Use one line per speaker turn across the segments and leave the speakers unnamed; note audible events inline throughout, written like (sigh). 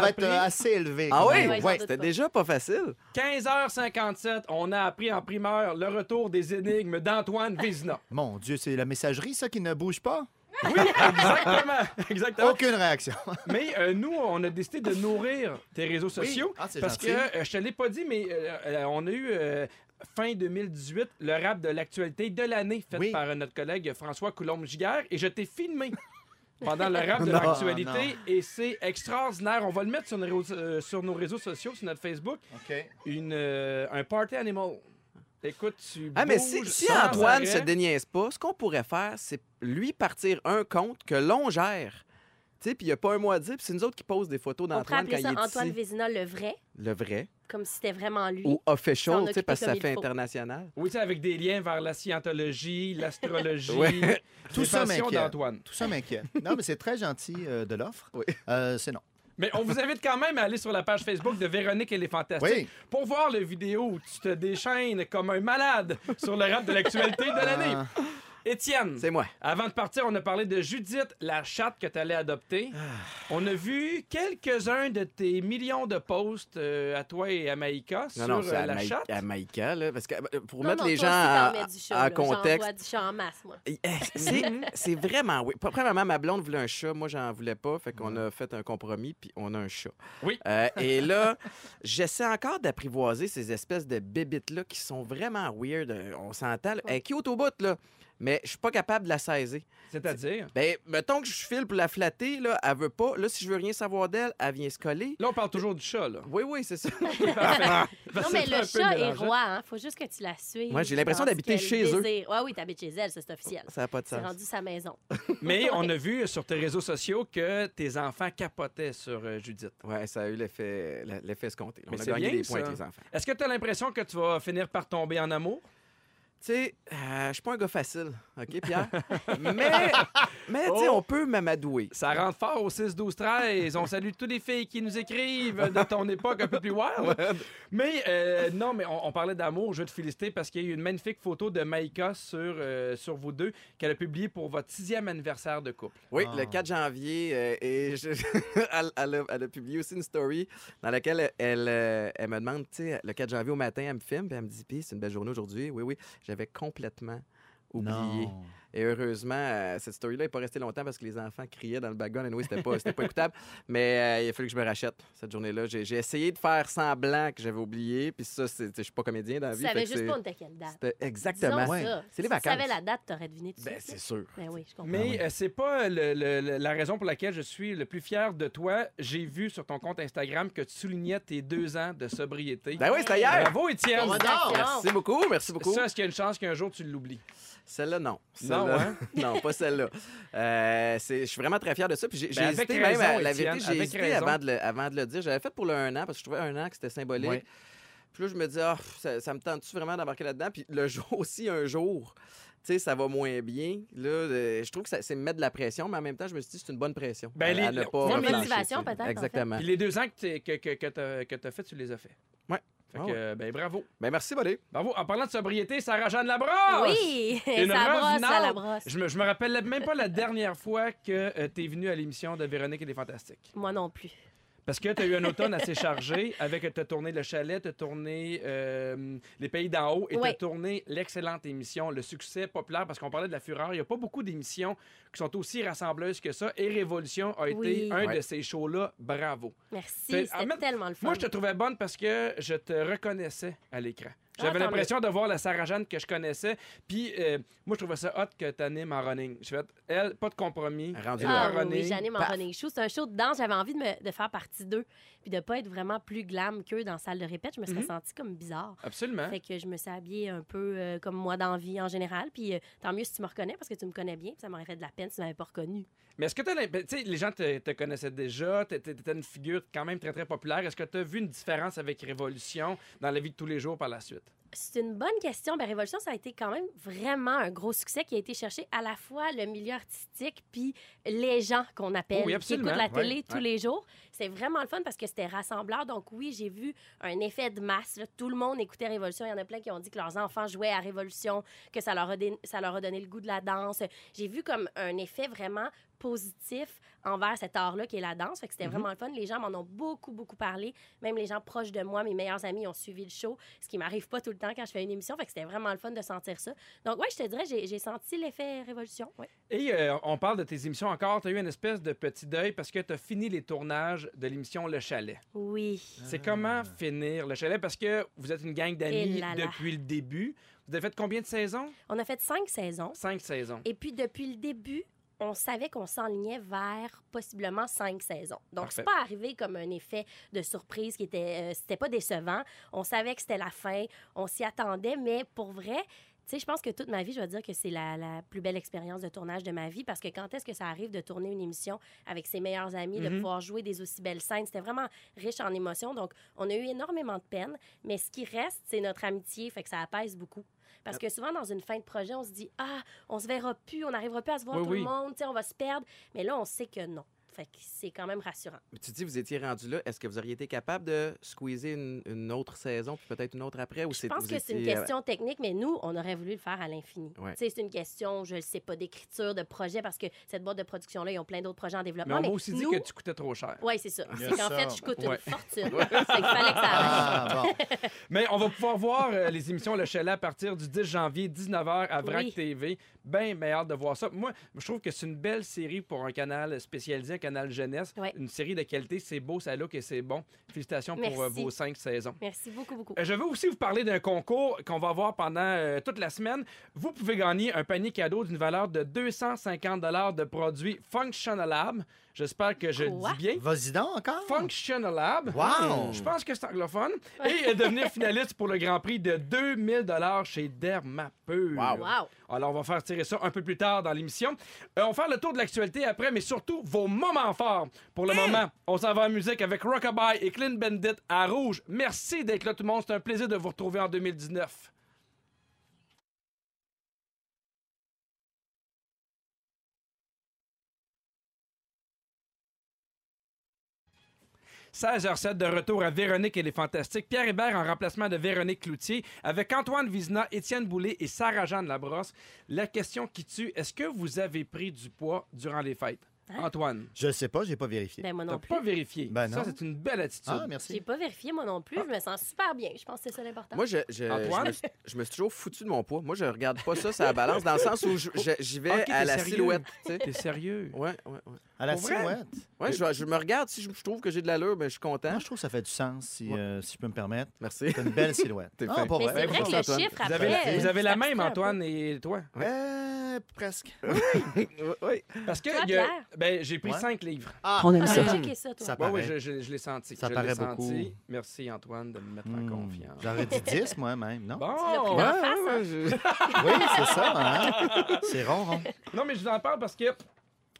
va être
appris-
euh, assez élevé.
Ah
quand
oui?
même.
ouais, j'en
Ouais,
doute
c'était
pas.
déjà pas facile.
15h57, on a appris en primeur le retour des énigmes d'Antoine Vézina.
(laughs) Mon Dieu, c'est la messagerie, ça, qui ne bouge pas?
Oui, exactement. exactement.
Aucune réaction. (laughs)
Mais euh, nous, on a décidé de nourrir tes réseaux sociaux
Ah, c'est
parce
gentil.
que euh, je te l'ai pas dit, mais euh, euh, on a eu euh, fin 2018 le rap de l'actualité de l'année fait
Oui.
par euh, notre collègue François Coulombe-Giguère et je t'ai filmé. Pendant le rap
(laughs)
de
Non,
l'actualité, et c'est extraordinaire. On va le mettre sur nos, réseaux- euh, sur nos réseaux sociaux, sur notre Facebook,
OK.
une, euh, un party animal. Écoute, tu.
Ah, mais
bouges
si, si
sans
Antoine
arrêt.
se déniaise pas, ce qu'on pourrait faire, c'est lui partir un compte que l'on gère. Tu sais, puis il n'y a pas un mot à dire, puis c'est nous autres qui posent des photos
On pourrait
d'Antoine quand
appeler
il
ça
est
Antoine
ici.
Vézina le vrai,
Le vrai.
comme si c'était vraiment lui.
Ou
S'en
official, tu
occuper
sais, parce que ça
comme il
fait
faut. Mm.
international.
Oui, tu sais, avec des liens vers la
(laughs)
scientologie, l'astrologie.
Ouais.
Tout
Tout
ça
ça,
m'inquiète.
d'Antoine.
Tout ça m'inquiète. Non, mais c'est très gentil euh, de l'offre.
Oui.
Euh, c'est non.
Mais on vous invite quand même à aller sur la page Facebook de Véronique et les Fantastiques
Oui.
pour voir le vidéo où tu te déchaînes comme un malade sur le rap de l'actualité de l'année.
Euh,
Étienne,
Ah. C'est moi.
avant de partir, on a parlé de Judith, la chatte que tu allais
Ah.
adopter. On a vu quelques-uns de tes millions de posts euh, à toi et à Maïka sur
Non, non,
euh,
c'est à,
la
Maï-
chatte.
à Maïka, là, parce que euh, pour
Non,
mettre
non,
les gens
toi aussi,
en,
t'en mets du chat,
en
là.
contexte,
J'envoie du chat en masse, moi.
Eh,
(laughs)
c'est c'est vraiment oui. Premièrement, ma blonde voulait un chat, moi j'en voulais pas, fait qu'on a fait un compromis puis on a un chat.
Oui.
Euh, et
(laughs)
là, j'essaie encore d'apprivoiser ces espèces de bébites là qui sont vraiment weird. Euh, On s'entend, là. Elle est cute au bout là, mais je suis pas capable de la saisir.
C'est-à-dire.
Ben mettons que je file pour la flatter là, elle veut pas. Là, si je veux rien savoir d'elle, elle vient se coller.
Là, on parle toujours du chat,
(laughs)
là.
Oui, oui, c'est ça. (laughs)
Ben,
Non, mais le chat est roi, hein. Faut juste que tu la suives.
Moi, j'ai l'impression d'habiter chez eux.
Oui, oui, t'habites chez elle, ça, c'est officiel.
Ça n'a pas de
C'est
sens.
rendu sa maison.
Mais on a vu sur tes réseaux sociaux que tes enfants capotaient sur euh, Judith.
Ouais, ça a eu l'effet l'effet escompté. On
Mais
a
c'est
gagné
bien,
des points
ça.
avec les enfants.
Est-ce que tu as l'impression que tu vas finir par tomber en amour?
Tu sais, euh, je suis pas un gars facile, OK, Pierre? mais, mais tu sais,
Oh.
on peut m'amadouer.
Ça rentre fort au 6, 12, 13. On salue toutes les filles qui nous écrivent de ton époque un peu plus wild. Mais euh, non, mais on, on parlait d'amour. Je veux te féliciter parce qu'il y a eu une magnifique photo de Maïka sur, euh, sur vous deux qu'elle a publiée pour votre sixième anniversaire de couple.
Oui,
Ah.
le 4 janvier, euh, et je- (laughs) elle, elle a, elle a publié aussi une story dans laquelle elle, elle, euh, elle me demande, tu sais, le 4 janvier au matin, elle me filme, puis elle me dit, Pis, c'est une belle journée aujourd'hui. Oui, oui, j'avais complètement oublié.
non.
Et heureusement, euh, cette story-là n'est pas restée longtemps parce que les enfants criaient dans le background. Et oui, c'était pas, c'était pas
(laughs)
écoutable. Mais euh, il a fallu que je me rachète cette journée-là. J'ai, j'ai essayé de faire semblant que j'avais oublié. Puis ça, c'est, tu sais, je suis pas comédien dans la
Tu
vie. fait
savais
que
juste
c'est-
pas on était quelle date.
C'était exactement.
Disons
Ouais.
ça.
C'est les
Si
vacances.
Tu savais la date, t'aurais deviné tout de
Ben,
suite,
c'est
là.
sûr.
Ben oui, je comprends.
Mais euh, c'est pas le- le- le- la raison pour laquelle je suis le plus fier de toi. J'ai vu sur ton compte Instagram que tu soulignais tes deux ans de sobriété.
Ben oui, c'était hier.
Bravo, Étienne!
Bon,
Félicitations.
Merci beaucoup, merci beaucoup.
Ça, est-ce qu'il y a une chance qu'un jour tu l'oublies?
Celle-là, non. Celle-là-
hein?
(laughs) non, pas celle-là. Euh, c'est- je suis vraiment très fier de ça. Puis j'ai, j'ai
Ben, avec
hésité
raison,
même à- la
Étienne,
vérité, j'ai
avec
hésité
raison.
avant de, le, avant de le dire. J'avais fait pour le un an parce que je trouvais un an que c'était symbolique.
Ouais.
Puis là, je me dis, ah, pff, ça, ça me tente-tu vraiment d'embarquer là-dedans? Puis le jour (laughs) aussi, un jour, tu sais, ça va moins bien. Là, euh, je trouve que ça, c'est me mettre de la pression, mais en même temps, je me suis dit, c'est une bonne pression.
Ben, les-
à, à ne
les-
pas
Ouais, mais-
relâcher,
Motivation,
tu sais.
peut-être, en fait.
Exactement.
Puis les deux ans que t'es- que, que, que t'as- que t'as fait, tu les as fait.
Ouais.
Fait
Ah
que, ben bravo.
Ben, merci, Bolé.
Bravo. En parlant de sobriété, Sarah-Jeanne Labrosse!
Oui, ça
Une
brosse, ça la
revenante.
brosse.
Je me, je me rappelle la- même pas la dernière fois que tu es venu à l'émission de Véronique et les Fantastiques.
Moi non plus.
Parce que tu as eu un automne assez chargé avec t'as tourné le chalet, t'as tourné euh, les pays d'en haut et t'as
Ouais.
tourné l'excellente émission, le succès populaire parce qu'on parlait de la fureur. Il n'y a pas beaucoup d'émissions qui sont aussi rassembleuses que ça et Révolution a
Oui.
été un
Ouais.
de ces shows-là. Bravo.
Merci,
Fait- Ben, en
c'était
même-
tellement le fun.
Moi, je te trouvais bonne parce que je te reconnaissais à l'écran. J'avais
Ah, tant
l'impression de voir la Sarah-Jeanne que je connaissais. Puis, euh, moi, je trouvais ça hot que t'animes en running. Je fais, elle, pas de compromis.
Rendu
elle
là.
Ah
en
oui, oui,
running.
j'anime en
Paf.
running show. C'est un show de danse. J'avais envie de, me- de faire partie d'eux puis de pas être vraiment plus glam qu'eux dans la salle de répète. Je me serais
Mhm. Hein?
sentie comme bizarre.
Absolument.
Fait que je me suis habillée un peu euh, comme moi d'envie en général. Puis euh, tant mieux si tu me reconnais parce que tu me connais bien. puis ça m'aurait fait de la peine si tu m'avais pas reconnue.
Mais est-ce que t'as l'im- ben, tu sais, les gens te, te connaissaient déjà, t'é- t'é- t'étais une figure quand même très, très populaire. Est-ce que t'as vu une différence avec Révolution dans la vie de tous les jours par la suite?
C'est une bonne question. Ben, Révolution, ça a été quand même vraiment un gros succès qui a été cherché à la fois le milieu artistique puis les gens qu'on appelle
Oh oui,
qui écoutent
absolument.
la
Ouais,
télé tous
ouais.
les jours. C'est vraiment le fun parce que c'était rassembleur. Donc oui, j'ai vu un effet de masse. là. Tout le monde écoutait Révolution. Il y en a plein qui ont dit que leurs enfants jouaient à Révolution, que ça leur a, dé- ça leur a donné le goût de la danse. J'ai vu comme un effet vraiment positif envers cet art-là qui est la danse. Fait que c'était
Mhm.
vraiment le fun. Les gens m'en ont beaucoup, beaucoup parlé. Même les gens proches de moi, mes meilleurs amis, ont suivi le show, ce qui m'arrive pas tout le temps quand je fais une émission. Fait que c'était vraiment le fun de sentir ça. Donc, ouais, je te dirais, j'ai, j'ai senti l'effet révolution. Ouais.
Et euh, on parle de tes émissions encore. Tu as eu une espèce de petit deuil parce que tu as fini les tournages de l'émission Le Chalet.
Oui.
C'est comment finir Le Chalet parce que vous êtes une gang d'amis
Et Eh là là.
depuis le début. Vous avez fait combien de saisons?
On a fait cinq saisons.
Cinq saisons.
Et puis, depuis le début, on savait qu'on s'enlignait vers possiblement cinq saisons. Donc,
Parfait.
c'est pas arrivé comme un effet de surprise qui était. euh, c'était pas décevant. On savait que c'était la fin. On s'y attendait. Mais pour vrai, tu sais, je pense que toute ma vie, je vais dire que c'est la, la plus belle expérience de tournage de ma vie parce que quand est-ce que ça arrive de tourner une émission avec ses meilleurs amis, de
Mhm.
pouvoir jouer des aussi belles scènes? C'était vraiment riche en émotions. Donc, on a eu énormément de peine. Mais ce qui reste, c'est notre amitié. Fait que ça apaise beaucoup. Parce que souvent, dans une fin de projet, on se dit Ah, on se verra plus, on n'arrivera plus à se voir
Oui,
tout
oui.
le monde, tu sais, on va se perdre. Mais là, on sait que non. Fait que c'est quand même rassurant.
Mais Tu dis, vous étiez rendu là. Est-ce que vous auriez été capable de squeezer une, une autre saison, puis peut-être une autre après?
Oh,
Ou
Je pense
vous
que c'est une
étiez- euh,
question technique, mais nous, on aurait voulu le faire à l'infini.
Ouais.
Tu sais, C'est une question, je ne sais pas, d'écriture, de projet, parce que cette boîte de production-là, ils ont plein d'autres projets en
Mais
développement.
on m'a aussi dit
nous-
que tu coûtais trop cher.
Oui, c'est ça.
y a
C'est qu'en
ça.
fait, je coûte
Ouais.
une fortune. (laughs) Fait qu'il fallait que ça arrête.
Ah, bon.
Mais on va pouvoir voir euh, les émissions Le Chalet à partir du 10 janvier, 19h à VRAC
Oui.
TV. Ben, ben hâte de voir ça. Moi, je trouve que c'est une belle série pour un canal spécialisé, un canal jeunesse.
Ouais.
Une série de qualité, c'est beau, ça look et c'est bon. Félicitations pour euh,
Merci.
vos cinq saisons.
Merci beaucoup, beaucoup.
Euh, Je veux aussi vous parler d'un concours qu'on va avoir pendant euh, toute la semaine. Vous pouvez gagner un panier cadeau d'une valeur de 250 de produits Functionalab. J'espère que je le
Quoi?
dis bien.
Vas-y donc encore.
Functionalab.
Wow!
Je pense que c'est anglophone. Et euh, devenir finaliste pour le Grand Prix de 2000 chez Dermapur.
Wow.
Alors, on va faire tirer ça un peu plus tard dans l'émission. Euh, on va faire le tour de l'actualité après, mais surtout vos moments forts. Pour le moment, on s'en va en musique avec Rockabye et Clean Bandit à Rouge. Merci d'être là, tout le monde. C'est un plaisir de vous retrouver en 2019. – 16h07 de retour à Véronique et les Fantastiques. Pierre Hébert en remplacement de Véronique Cloutier avec Antoine Vizina, Étienne Boulay et Sarah-Jeanne Labrosse. La question qui tue, est-ce que vous avez pris du poids durant les fêtes?
Hein?
Antoine,
Je sais pas, j'ai pas vérifié.
Ben, moi
t'as
non plus.
pas vérifié.
Ben
ça,
non.
c'est une belle attitude.
Ah,
J'ai
merci.
pas vérifié, moi non plus. Je me sens super bien. Je pense que c'est ça l'important.
Moi, je, je,
Antoine?
je, me, suis- je me suis toujours foutu de mon poids. Moi, je regarde pas ça, ça la balance, dans le sens où je- je- j'y vais
Ok, t'es
à la
sérieux?
silhouette. tu sais.
T'es sérieux?
Ouais, ouais, ouais.
À la
Pour vrai?
silhouette.
Ouais, je, je me regarde. Si je, je trouve que j'ai de l'allure, ben, je suis content.
Moi, je trouve que ça fait du sens, si,
Ouais.
euh, si je peux me permettre.
(laughs) Merci.
C'est une belle silhouette.
T'es
ah,
fin.
pour
Mais
vrai.
Ben, c'est vrai que le
Antoine.
chiffre
Vous
après.
avez, la- vous
euh,
avez la
ça
même,
se fait un peu.
Antoine et toi.
Euh, presque.
oui.
Parce que
Toi,
il y a-
Pierre?
ben, j'ai pris
Ouais.
cinq livres.
Ah,
On aime
Ah,
ça.
j'ai checké ça, toi.
Ça
Oui,
paraît.
oui, je, je- je l'ai senti.
Ça
je l'ai
paraît
senti.
beaucoup.
Merci, Antoine, de me mettre
Hmm.
en confiance.
J'aurais dit 10 moi-même, non?
Tu l'as pris
Bon!
dans-
hein?
face, hein?
Oui, c'est ça. hein? C'est rond, rond.
Non, mais je vous en parle parce que.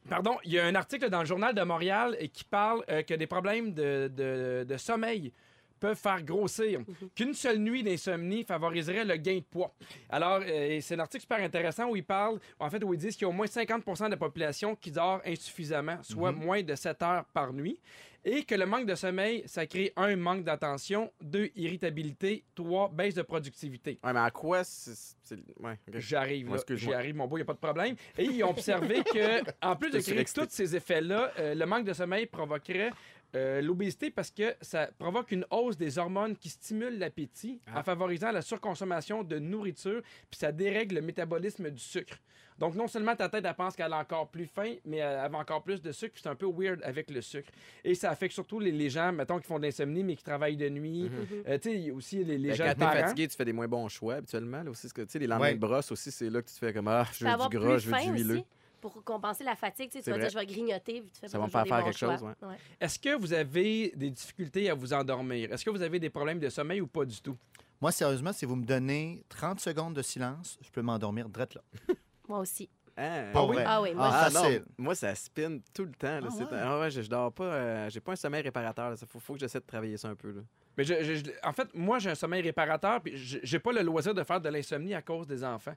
Pardon, il y a un article dans le Journal de Montréal euh, qui parle euh, que des problèmes de, de- de sommeil peuvent faire grossir, qu'une seule nuit d'insomnie favoriserait le gain de poids. Alors, euh, et c'est un article super intéressant où ils parlent, en fait, où ils disent qu'il y a au moins 50 de la population qui dort insuffisamment, soit moins de 7 heures par nuit, et que le manque de sommeil, ça crée un manque d'attention, deux, irritabilité, trois, baisse de productivité.
Ouais, mais à quoi c'est. c'est- Ouais, ok.
J'arrive,
Ouais,
là.
excuse-moi.
J'arrive, mon beau, il n'y a pas de problème. Et ils ont observé que, en plus
Je
de
suis
créer
excité.
tous ces effets-là, euh, le manque de sommeil provoquerait euh, l'obésité parce que ça provoque une hausse des hormones qui stimulent l'appétit en favorisant la surconsommation de nourriture, puis ça dérègle le métabolisme du sucre. Donc, non seulement ta tête, elle pense qu'elle a encore plus faim, mais elle avait encore plus de sucre, puis c'est un peu weird avec le sucre. Et ça affecte surtout les, les gens, mettons, qui font de l'insomnie, mais qui travaillent de nuit.
Mm-hmm.
Euh, tu sais, il y a aussi les, les
Mhm. Ben,
gens
quand t'es
parents.
fatigué, tu fais des moins bons choix habituellement. Là, aussi, ce que, tu sais, les lendemains
Ouais.
de brosse aussi, c'est là que tu fais comme Ah, je
Tu peux
veux
avoir
du gras,
plus
je veux du
faim
huileux.
aussi pour compenser la fatigue. Tu, sais, tu
C'est
vas
vrai.
dire, je vais grignoter. puis tu fais
Ça va
pas
me
toujours
faire
des
faire
bons
quelque
choix.
chose, ouais.
Ouais.
Est-ce que vous avez des difficultés à vous endormir? Est-ce que vous avez des problèmes de sommeil ou pas du tout?
Moi, sérieusement, si vous me donnez 30 secondes de silence, je peux m'endormir drette là.
Moi aussi.
Hein?
Pas
Ah oui?
vrai.
Ah oui, moi,
Ah,
Ah, non,
facile.
moi, ça spin tout le temps. là,
Ah
c'est-
ouais?
ah ouais, je, je dors pas. euh, j'ai pas un sommeil réparateur. Il faut, faut que j'essaie de travailler ça un peu. là.
Mais je- je- je- en fait, moi, j'ai un sommeil réparateur, puis je- j'ai pas le loisir de faire de l'insomnie à cause des enfants.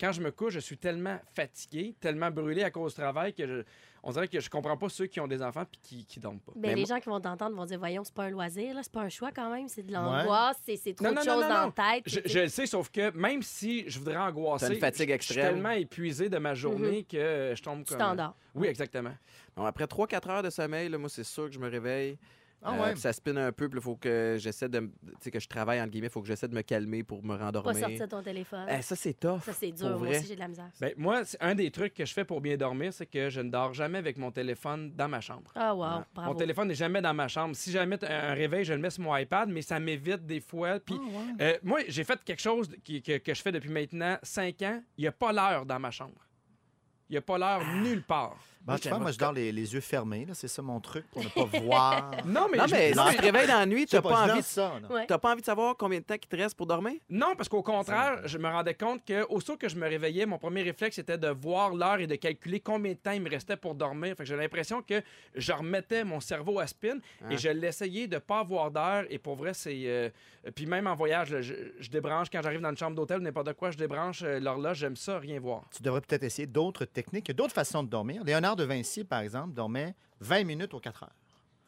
Quand je me couche, je suis tellement fatigué, tellement brûlé à cause du travail que je- on dirait que je comprends pas ceux qui ont des enfants puis qui, qui dorment pas.
Mais
Ben, les
moi-
gens qui vont t'entendre vont dire Voyons, c'est pas un loisir, là, c'est pas un choix quand même, c'est de l'angoisse, c'est- c'est trop
Non,
de
non, non,
choses
non,
dans
non.
la tête.
Je,
c'est-
je le sais, sauf que même si je voudrais angoisser,
T'as une fatigue
je- je suis
extrême.
tellement épuisé de ma journée que je tombe
Mhm. tu
comme.
t'endors.
Oui, exactement.
Bon, après 3-4 heures de sommeil, là, moi, c'est sûr que je me réveille.
Ah
Euh,
ouais.
puis Ça spin un peu. Il faut que j'essaie de. me- Tu sais, que je travaille, entre guillemets. faut que j'essaie de me calmer pour me
Pas
rendormir.
sortir ton téléphone.
Eh, ça, c'est tough.
ça, c'est
pour
dur. Moi
vrai.
aussi, j'ai de la misère.
Ben, moi, c'est un des trucs que je fais pour bien dormir, c'est que je ne dors jamais avec mon téléphone dans ma chambre.
Ah, wow,
Voilà.
bravo.
Mon téléphone n'est jamais dans ma chambre. Si jamais t- un réveil, je le mets sur mon iPad, mais ça m'évite des fois.
Ah
Ah.
Puis, euh, moi, j'ai fait quelque chose qui- que, que je fais depuis maintenant 5 ans. Il n'y a pas l'heure dans ma chambre. Il n'y a pas l'heure nulle part.
Bon, Ben, tu vois, moi, je dors les, les yeux fermés. là, C'est ça mon truc pour
(laughs)
ne pas voir.
Non, mais,
non,
je-
mais
non,
si tu te réveilles dans la nuit,
C'est
t'as pas,
évident,
envie
ça. non.
Ouais.
t'as pas envie de savoir combien de temps il te reste pour dormir?
Non, parce qu'au contraire, je me rendais compte que, aussitôt que je me réveillais, mon premier réflexe était de voir l'heure et de calculer combien de temps il me restait pour dormir. Fait que j'ai l'impression que je remettais mon cerveau à spin
Ah.
et je l'essayais de pas avoir d'heure. Et pour vrai, c'est. euh, Puis même en voyage, là, je, je débranche quand j'arrive dans une chambre d'hôtel ou n'importe quoi, je débranche euh, l'horloge, j'aime ça, rien voir.
Tu devrais peut-être essayer d'autres techniques, d'autres façons de dormir. Léonard de Vinci, par exemple, dormait 20 minutes aux 4 heures.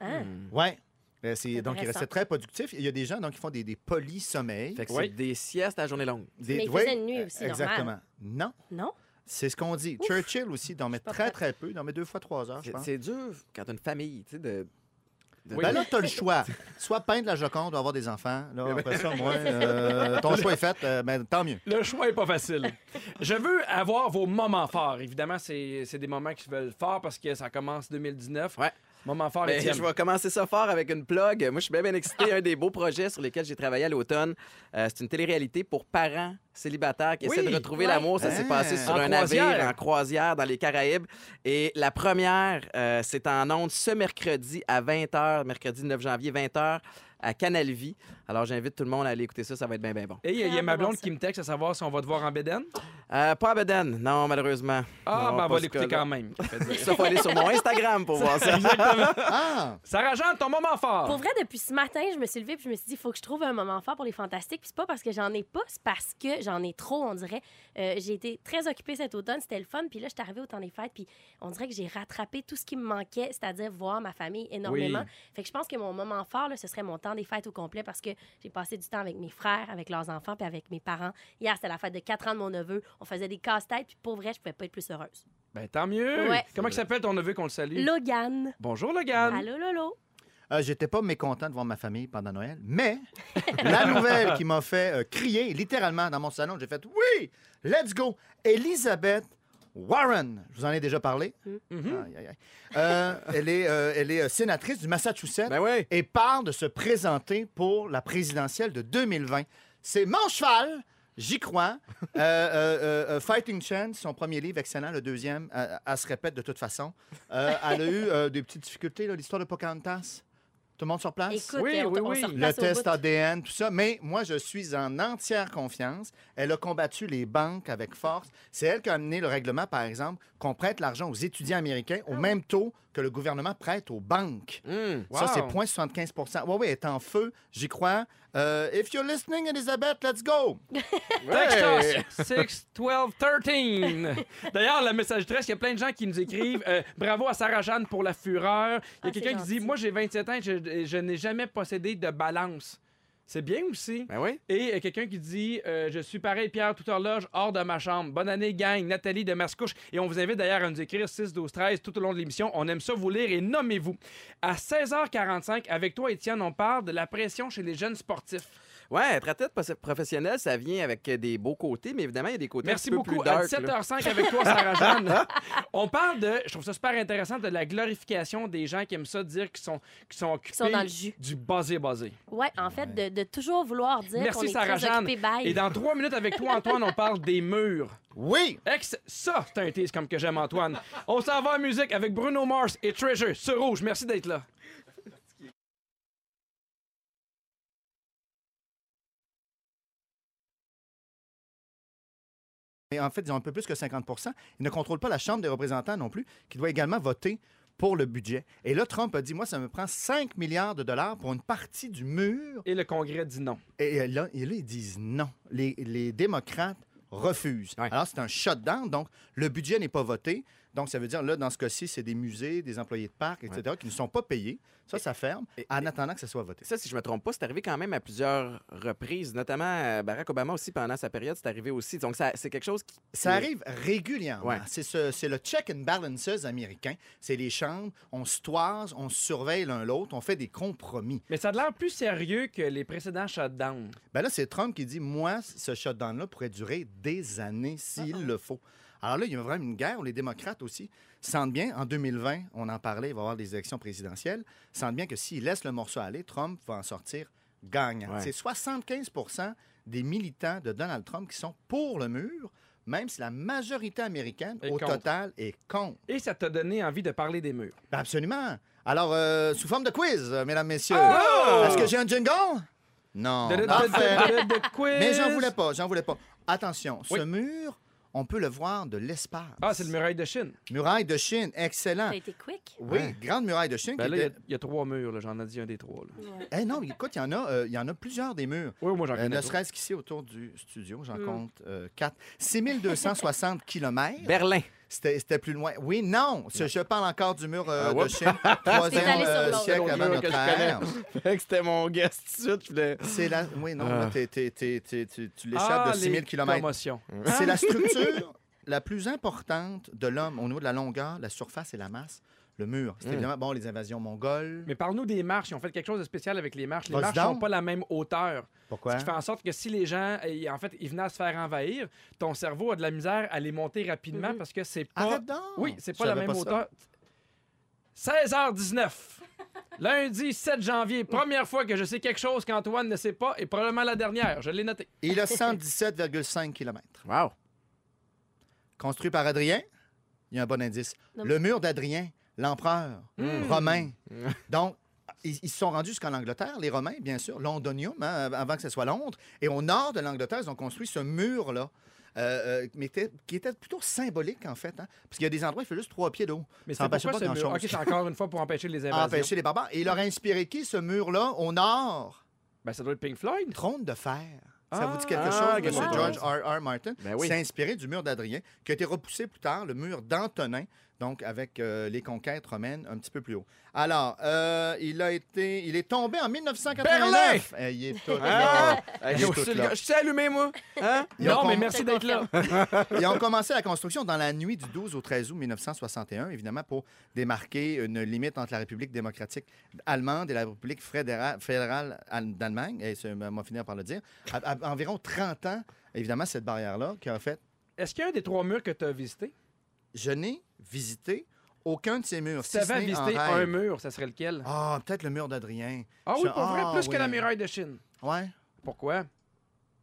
Hein?
Ouais. Ben, c'est- donc, il
Intéressant.
restait très productif. Il y a des gens donc, qui font des, des polysommets.
Fait que
Oui.
c'est des siestes à la journée longue.
Des-
Mais il
oui, euh,
faisait une nuit aussi, normal.
Exactement. Non,
Non?
c'est ce qu'on dit.
Ouf.
Churchill aussi dormait
pas
très,
prête.
très peu. Il dormait deux fois trois heures, Ah, je
C'est-
pense.
C'est dur quand t'as une famille, tu sais, de. de-
Oui.
Ben là, tu as le choix. Soit peindre la Joconde ou avoir des enfants. Là, après ça, moi, euh, ton choix est fait, euh, ben, tant mieux.
Le choix est pas facile. (laughs) Je veux avoir vos moments forts. Évidemment, c'est c'est des moments qui se veulent forts parce que ça commence 2019.
Ouais.
Moment fort,
Ben,
Étienne.
je vais commencer ça fort avec une plug. Moi, je suis bien, bien excité. Un des beaux projets sur lesquels j'ai travaillé à l'automne, euh, c'est une télé-réalité pour parents célibataires qui
Oui.
essaient de retrouver
Ouais.
l'amour. Ça s'est
Hein.
passé sur
En
un
croisière.
navire en croisière dans les Caraïbes. Et la première, euh, c'est en ondes ce mercredi à 20h, mercredi 9 janvier, 20h, à Canal Vie. Alors, j'invite tout le monde à aller écouter ça. Ça va être bien, bien bon.
Et il y a- il y a
Très hâte
ma
de voir
blonde
ça.
qui me texte à savoir si on va te voir en bédaine.
Euh, pas à Beden, non, malheureusement.
Ah,
Non,
ben on
pas
va
ce
l'écouter
cas-là.
(laughs)
quand même.
Ça, faut aller sur mon Instagram pour
(laughs)
voir ça.
Ah!
Sarah Jeanne, ton moment fort.
Pour vrai, depuis ce matin, je me suis levée puis je me suis dit, il faut que je trouve un moment fort pour les fantastiques. Puis c'est pas parce que j'en ai pas, c'est parce que j'en ai trop, on dirait. Euh, j'ai été très occupée cet automne, c'était le fun. Puis là, je suis arrivée au temps des fêtes, puis on dirait que j'ai rattrapé tout ce qui me manquait, c'est-à-dire voir ma famille énormément.
Oui.
Fait que je pense que mon moment fort, là, ce serait mon temps des fêtes au complet parce que j'ai passé du temps avec mes frères, avec leurs enfants, puis avec mes parents. Hier, c'était la fête de 4 ans de mon neveu. On faisait des casse-têtes, puis pour vrai, je pouvais pas être plus heureuse.
Ben tant mieux.
Ouais.
Comment il s'appelle ton neveu qu'on le salue?
Logan.
Bonjour Logan.
Allô, Lolo.
Euh, J'étais pas mécontent de voir ma famille pendant Noël, mais la nouvelle qui m'a fait euh, crier littéralement dans mon salon, j'ai fait oui, let's go, Elizabeth Warren. Je vous en ai déjà parlé.
Mhm.
Aïe, aïe, aïe. Euh, elle est, euh, elle est euh, sénatrice du Massachusetts
Ben oui.
et part de se présenter pour la présidentielle de 2020. C'est mon cheval, j'y crois. Euh, euh, euh, euh, Fighting Chance, son premier livre, excellent. Le deuxième, euh, elle se répète de toute façon. Euh, elle a eu euh, des petites difficultés, là, l'histoire de Pocahontas. Tout le monde sur place?
Écoute,
Ah, Oui,
on,
oui,
on
oui.
se replace
Le
au
test
bout.
ADN, tout ça. Mais moi, je suis en entière confiance. Elle a combattu les banques avec force. C'est elle qui a amené le règlement, par exemple, qu'on prête l'argent aux étudiants américains
Ah
au même taux que le gouvernement prête aux banques.
Hmm.
Ça, c'est
Wow.
0,75 Oui, oui, elle est en feu. J'y crois. Euh, if you're listening, Elizabeth, let's go.
Texas (laughs) 6 12 13. D'ailleurs, la message 13, il y a plein de gens qui nous écrivent euh, bravo à Sarah Jeanne pour la fureur. Il y a
Ah,
quelqu'un
c'est
qui dit
gentil.
moi j'ai 27 ans, je, je n'ai jamais possédé de balance. C'est bien aussi.
Ben oui.
Et euh, quelqu'un qui dit euh, Je suis pareil, Pierre, toute horloge, hors de ma chambre. Bonne année, gang. Nathalie de Mascouche. Et on vous invite d'ailleurs à nous écrire 6, 12, 13 tout au long de l'émission. On aime ça vous lire et nommez-vous. À 16h45, avec toi, Étienne, on parle de la pression chez les jeunes sportifs.
Ouais, être athlète pos- professionnel, ça vient avec euh, des beaux côtés, mais évidemment, il y a des côtés
Merci
un petit peu
beaucoup.
plus dark.
à
là.
17h05, avec toi,
(laughs)
Sarah-Jeanne. on parle de, je trouve ça super intéressant, de la glorification des gens qui aiment ça dire qu'ils sont, qu'ils sont occupés
sont dans le jus.
du basé-basé.
Oui, en fait, de, de toujours vouloir dire
Merci,
qu'on est
Sarah
très
Jeanne.
occupé, bye.
Et dans trois minutes avec toi, Antoine, on parle des murs.
Oui.
Ex, ça, c'est un tease comme que j'aime, Antoine. On s'en va en musique avec Bruno Mars et Treasure sur Rouge. Merci d'être là.
mais en fait, ils ont un peu plus que 50 Ils ne contrôlent pas la Chambre des représentants non plus, qui doit également voter pour le budget. Et là, Trump a dit, moi, ça me prend 5 milliards de dollars pour une partie du mur.
Et le Congrès dit non.
Et euh, là, et là, ils disent non. Les, les démocrates refusent.
Ouais.
Alors, c'est un shutdown. Donc, le budget n'est pas voté. Donc, ça veut dire, là, dans ce cas-ci, c'est des musées, des employés de parc, etc., qui ne sont pas payés. Ça, ça ferme,
Et-
en attendant que ça soit voté.
Ça, si je me trompe pas, c'est arrivé quand même à plusieurs reprises, notamment euh, Barack Obama aussi pendant sa période, c'est arrivé aussi. Donc, ça- c'est quelque chose qui.
Ça
Mais-
arrive régulièrement.
Ouais.
C'est, ce- c'est le check and balances américain. C'est les chambres, on se toise, on se surveille l'un l'autre, on fait des compromis.
Mais ça a l'air plus sérieux que les précédents shutdowns.
Ben là, c'est Trump qui dit Moi, ce shutdown-là pourrait durer des années s'il le faut. Alors là, il y a vraiment une guerre où les démocrates aussi sentent bien. En 2020, on en parlait, il va y avoir des élections présidentielles. Sentent bien que s'il laisse le morceau aller, Trump va en sortir gagnant.
Ouais.
C'est 75 des militants de Donald Trump qui sont pour le mur, même si la majorité américaine,
Est
au
contre.
total, est contre.
Et ça t'a donné envie de parler des murs.
Ben Absolument. Alors, euh, sous forme de quiz, euh, mesdames, messieurs.
Oh!
Est-ce que j'ai un jingle? Non.
De- de- de-
Parfait.
de- de- de quiz.
Mais j'en voulais pas, j'en voulais pas. Attention,
Euh, Oui.
ce mur, on peut le voir de l'espace.
Ah, c'est le muraille de Chine.
Muraille de Chine, excellent.
T'as été quick.
Oui,
Ouais.
grande muraille de Chine.
Ben
qui
là, il y a-
était-
il y, a trois murs, là, j'en ai dit un des trois. là.
Eh non, écoute, il y, en a, euh, il y en a plusieurs des murs.
Oui, moi j'en
Euh,
connais.
ne
trois.
serait-ce qu'ici, autour du studio, j'en
Mm.
compte euh, 4. 6260
Ben-
kilomètres.
Berlin.
C'était c'était plus loin. Oui, non, ce- je parle encore du mur euh,
Ah,
de
whoops.
(laughs)
Chine,
T'es
troisième
allé sur
euh,
l'autre.
siècle
C'est
avant
l'autre
notre
que je connais.
ère.
(laughs) Fait que c'était mon guest tout de suite. je voulais-
C'est la... Oui, non,
Ah.
là, t'es- t'es- t'es- t'es- tu tu l'échappes
Ah,
de 6000
les
kilomètres.
commotions.
C'est la structure la plus importante de l'homme au niveau de la longueur, la surface et la masse, le mur. C'est
Mm.
évidemment, bon, les invasions mongoles.
Mais parle-nous des marches. Ils ont fait quelque chose de spécial avec les marches. Les
Vas-y
marches n'ont
donc.
pas la même hauteur.
Pourquoi?
Ce qui fait en sorte que si les gens, eh, en fait, ils venaient à se faire envahir, ton cerveau a de la misère à les monter rapidement
Mhm.
parce que c'est pas.
Arrête donc!
Oui, c'est
Je
pas la
savais
même
ça.
hauteur. 16h19. Lundi 7
Mm.
janvier, première fois que je sais quelque chose qu'Antoine ne sait pas et probablement la dernière. Je l'ai noté.
Il a 117,5 km.
Wow.
Construit par Adrien, il y a un bon indice.
Non.
Le mur d'Adrien, l'empereur
Mm.
romain. (laughs)
Mm.
Donc, ils ils se sont rendus jusqu'en Angleterre, les Romains, bien sûr, Londonium, hein, avant que ce soit Londres. Et au nord de l'Angleterre, ils ont construit ce mur-là, euh, euh, mais était- qui était plutôt symbolique, en fait. hein, parce qu'il y a des endroits où il fait juste trois pieds d'eau.
Mais
Ça
c'est
empêchait
pourquoi
pas
ce mur?
grand-chose.
OK, c'est encore une fois pour empêcher les
à
invasions.
empêcher les barbares. Et il leur a inspiré qui, ce mur-là, au nord?
Ben, ça doit être Pink Floyd.
Trône de fer. Ça
Ah,
vous dit quelque
ah,
chose, M.
quelque
George
chose.
R. R. Martin?
Ben oui.
C'est inspiré du mur d'Adrien, qui a été repoussé plus tard, le mur d'Antonin, donc avec euh, les conquêtes romaines un petit peu plus haut. Alors, euh, il a été, il est tombé en 1989. Eh, il est tout
Ah!
là.
Hey,
Il est
je,
tout
suis-
là.
je suis allumé, moi. Hein?
Ils ont
Non, mais
con-
merci d'être là. (laughs)
Ils ont commencé la construction dans la nuit du 12 au 13 août 1961, évidemment pour démarquer une limite entre la République démocratique allemande et la République fédéra- fédérale al- d'Allemagne, et ça m'a finir par le dire, à, à- environ 30 ans, évidemment, cette barrière-là, qui a fait,
Est-ce qu'il y a un des trois murs que tu as visité?
je n'ai visité aucun de ces murs.
Si
si
tu
ce
avais
n'est en
visité
rêve.
un mur, ça serait lequel?
Ah, peut-être le mur d'Adrien.
Ah oui,
Je-
pour vrai,
ah,
plus que
oui.
la muraille de Chine.
Ouais.
Pourquoi?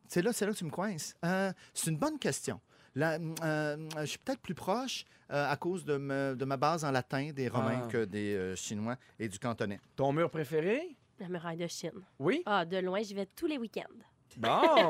C'est là, c'est là que tu me coinces. Euh, c'est une bonne question. La- euh, je suis peut-être plus proche euh, à cause de, me- de ma base en latin des Romains
Ah.
que des euh, Chinois et du cantonais.
Ton mur préféré?
La muraille de Chine.
Oui.
Ah, de loin, j'y vais tous les week-ends.
(laughs)
Bon!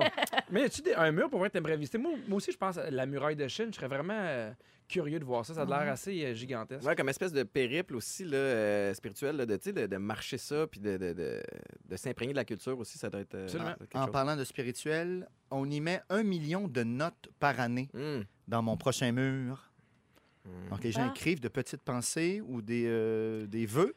Mais as-tu des- un mur pour vrai que t'aimerais visiter? Moi, moi aussi, je pense à la muraille de Chine. Je serais vraiment euh, curieux de voir ça. Ça a l'air assez euh, gigantesque.
Ouais, comme espèce de périple aussi là, euh, spirituel, là, de, tu sais, de, de marcher ça, puis de, de, de, de s'imprégner de la culture aussi, ça doit être. euh,
Absolument.
quelque
Ah. En
chose.
parlant de spirituel, on y met un million de notes par année
Hmm.
dans mon prochain mur.
Hmm.
Donc les gens
Ah.
écrivent de petites pensées ou des, euh, des vœux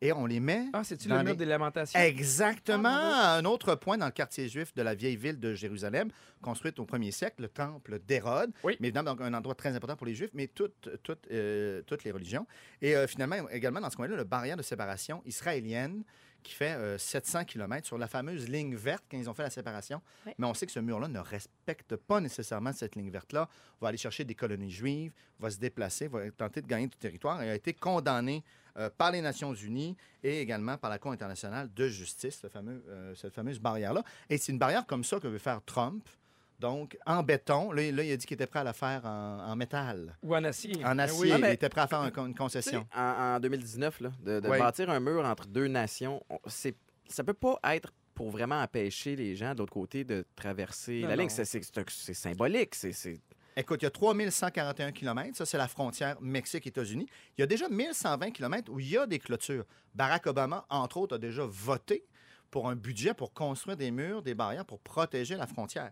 et on les met.
Ah, c'est-tu
Dans
le mur
les-
des lamentations?
Exactement.
Ah,
un autre point dans le quartier juif de la vieille ville de Jérusalem, construite au 1er siècle, le temple d'Hérode.
Oui.
Mais évidemment, donc, un endroit très important pour les juifs, mais toutes, toutes, euh, toutes les religions. Et euh, finalement, également dans ce coin-là, le barrière de séparation israélienne qui fait euh, 700 km sur la fameuse ligne verte quand ils ont fait la séparation.
Oui.
Mais on sait que ce mur-là ne respecte pas nécessairement cette ligne verte-là. On va aller chercher des colonies juives, va se déplacer, va tenter de gagner du territoire et a été condamné euh, par les Nations unies et également par la Cour internationale de justice, ce fameux, euh, cette fameuse barrière-là. Et c'est une barrière comme ça que veut faire Trump, donc en béton. Là, il- là, il a dit qu'il était prêt à la faire en, en métal,
Ou en acier?
en
Eh
acier.
oui.
Ah, mais-
Il était prêt à faire un con- une
Tu sais,
concession.
En, en 2019, là, de, de
Ouais.
bâtir un mur entre deux nations, on- c'est, ça peut pas être pour vraiment empêcher les gens de l'autre côté de traverser
Non,
la ligne.
non.
C'est, c'est- c'est un- c'est symbolique. C'est, c'est-
Écoute, il y a 3141 km, ça c'est la frontière Mexique-États-Unis. Il y a déjà 1120 km où il y a des clôtures. Barack Obama, entre autres, a déjà voté pour un budget pour construire des murs, des barrières pour protéger la frontière.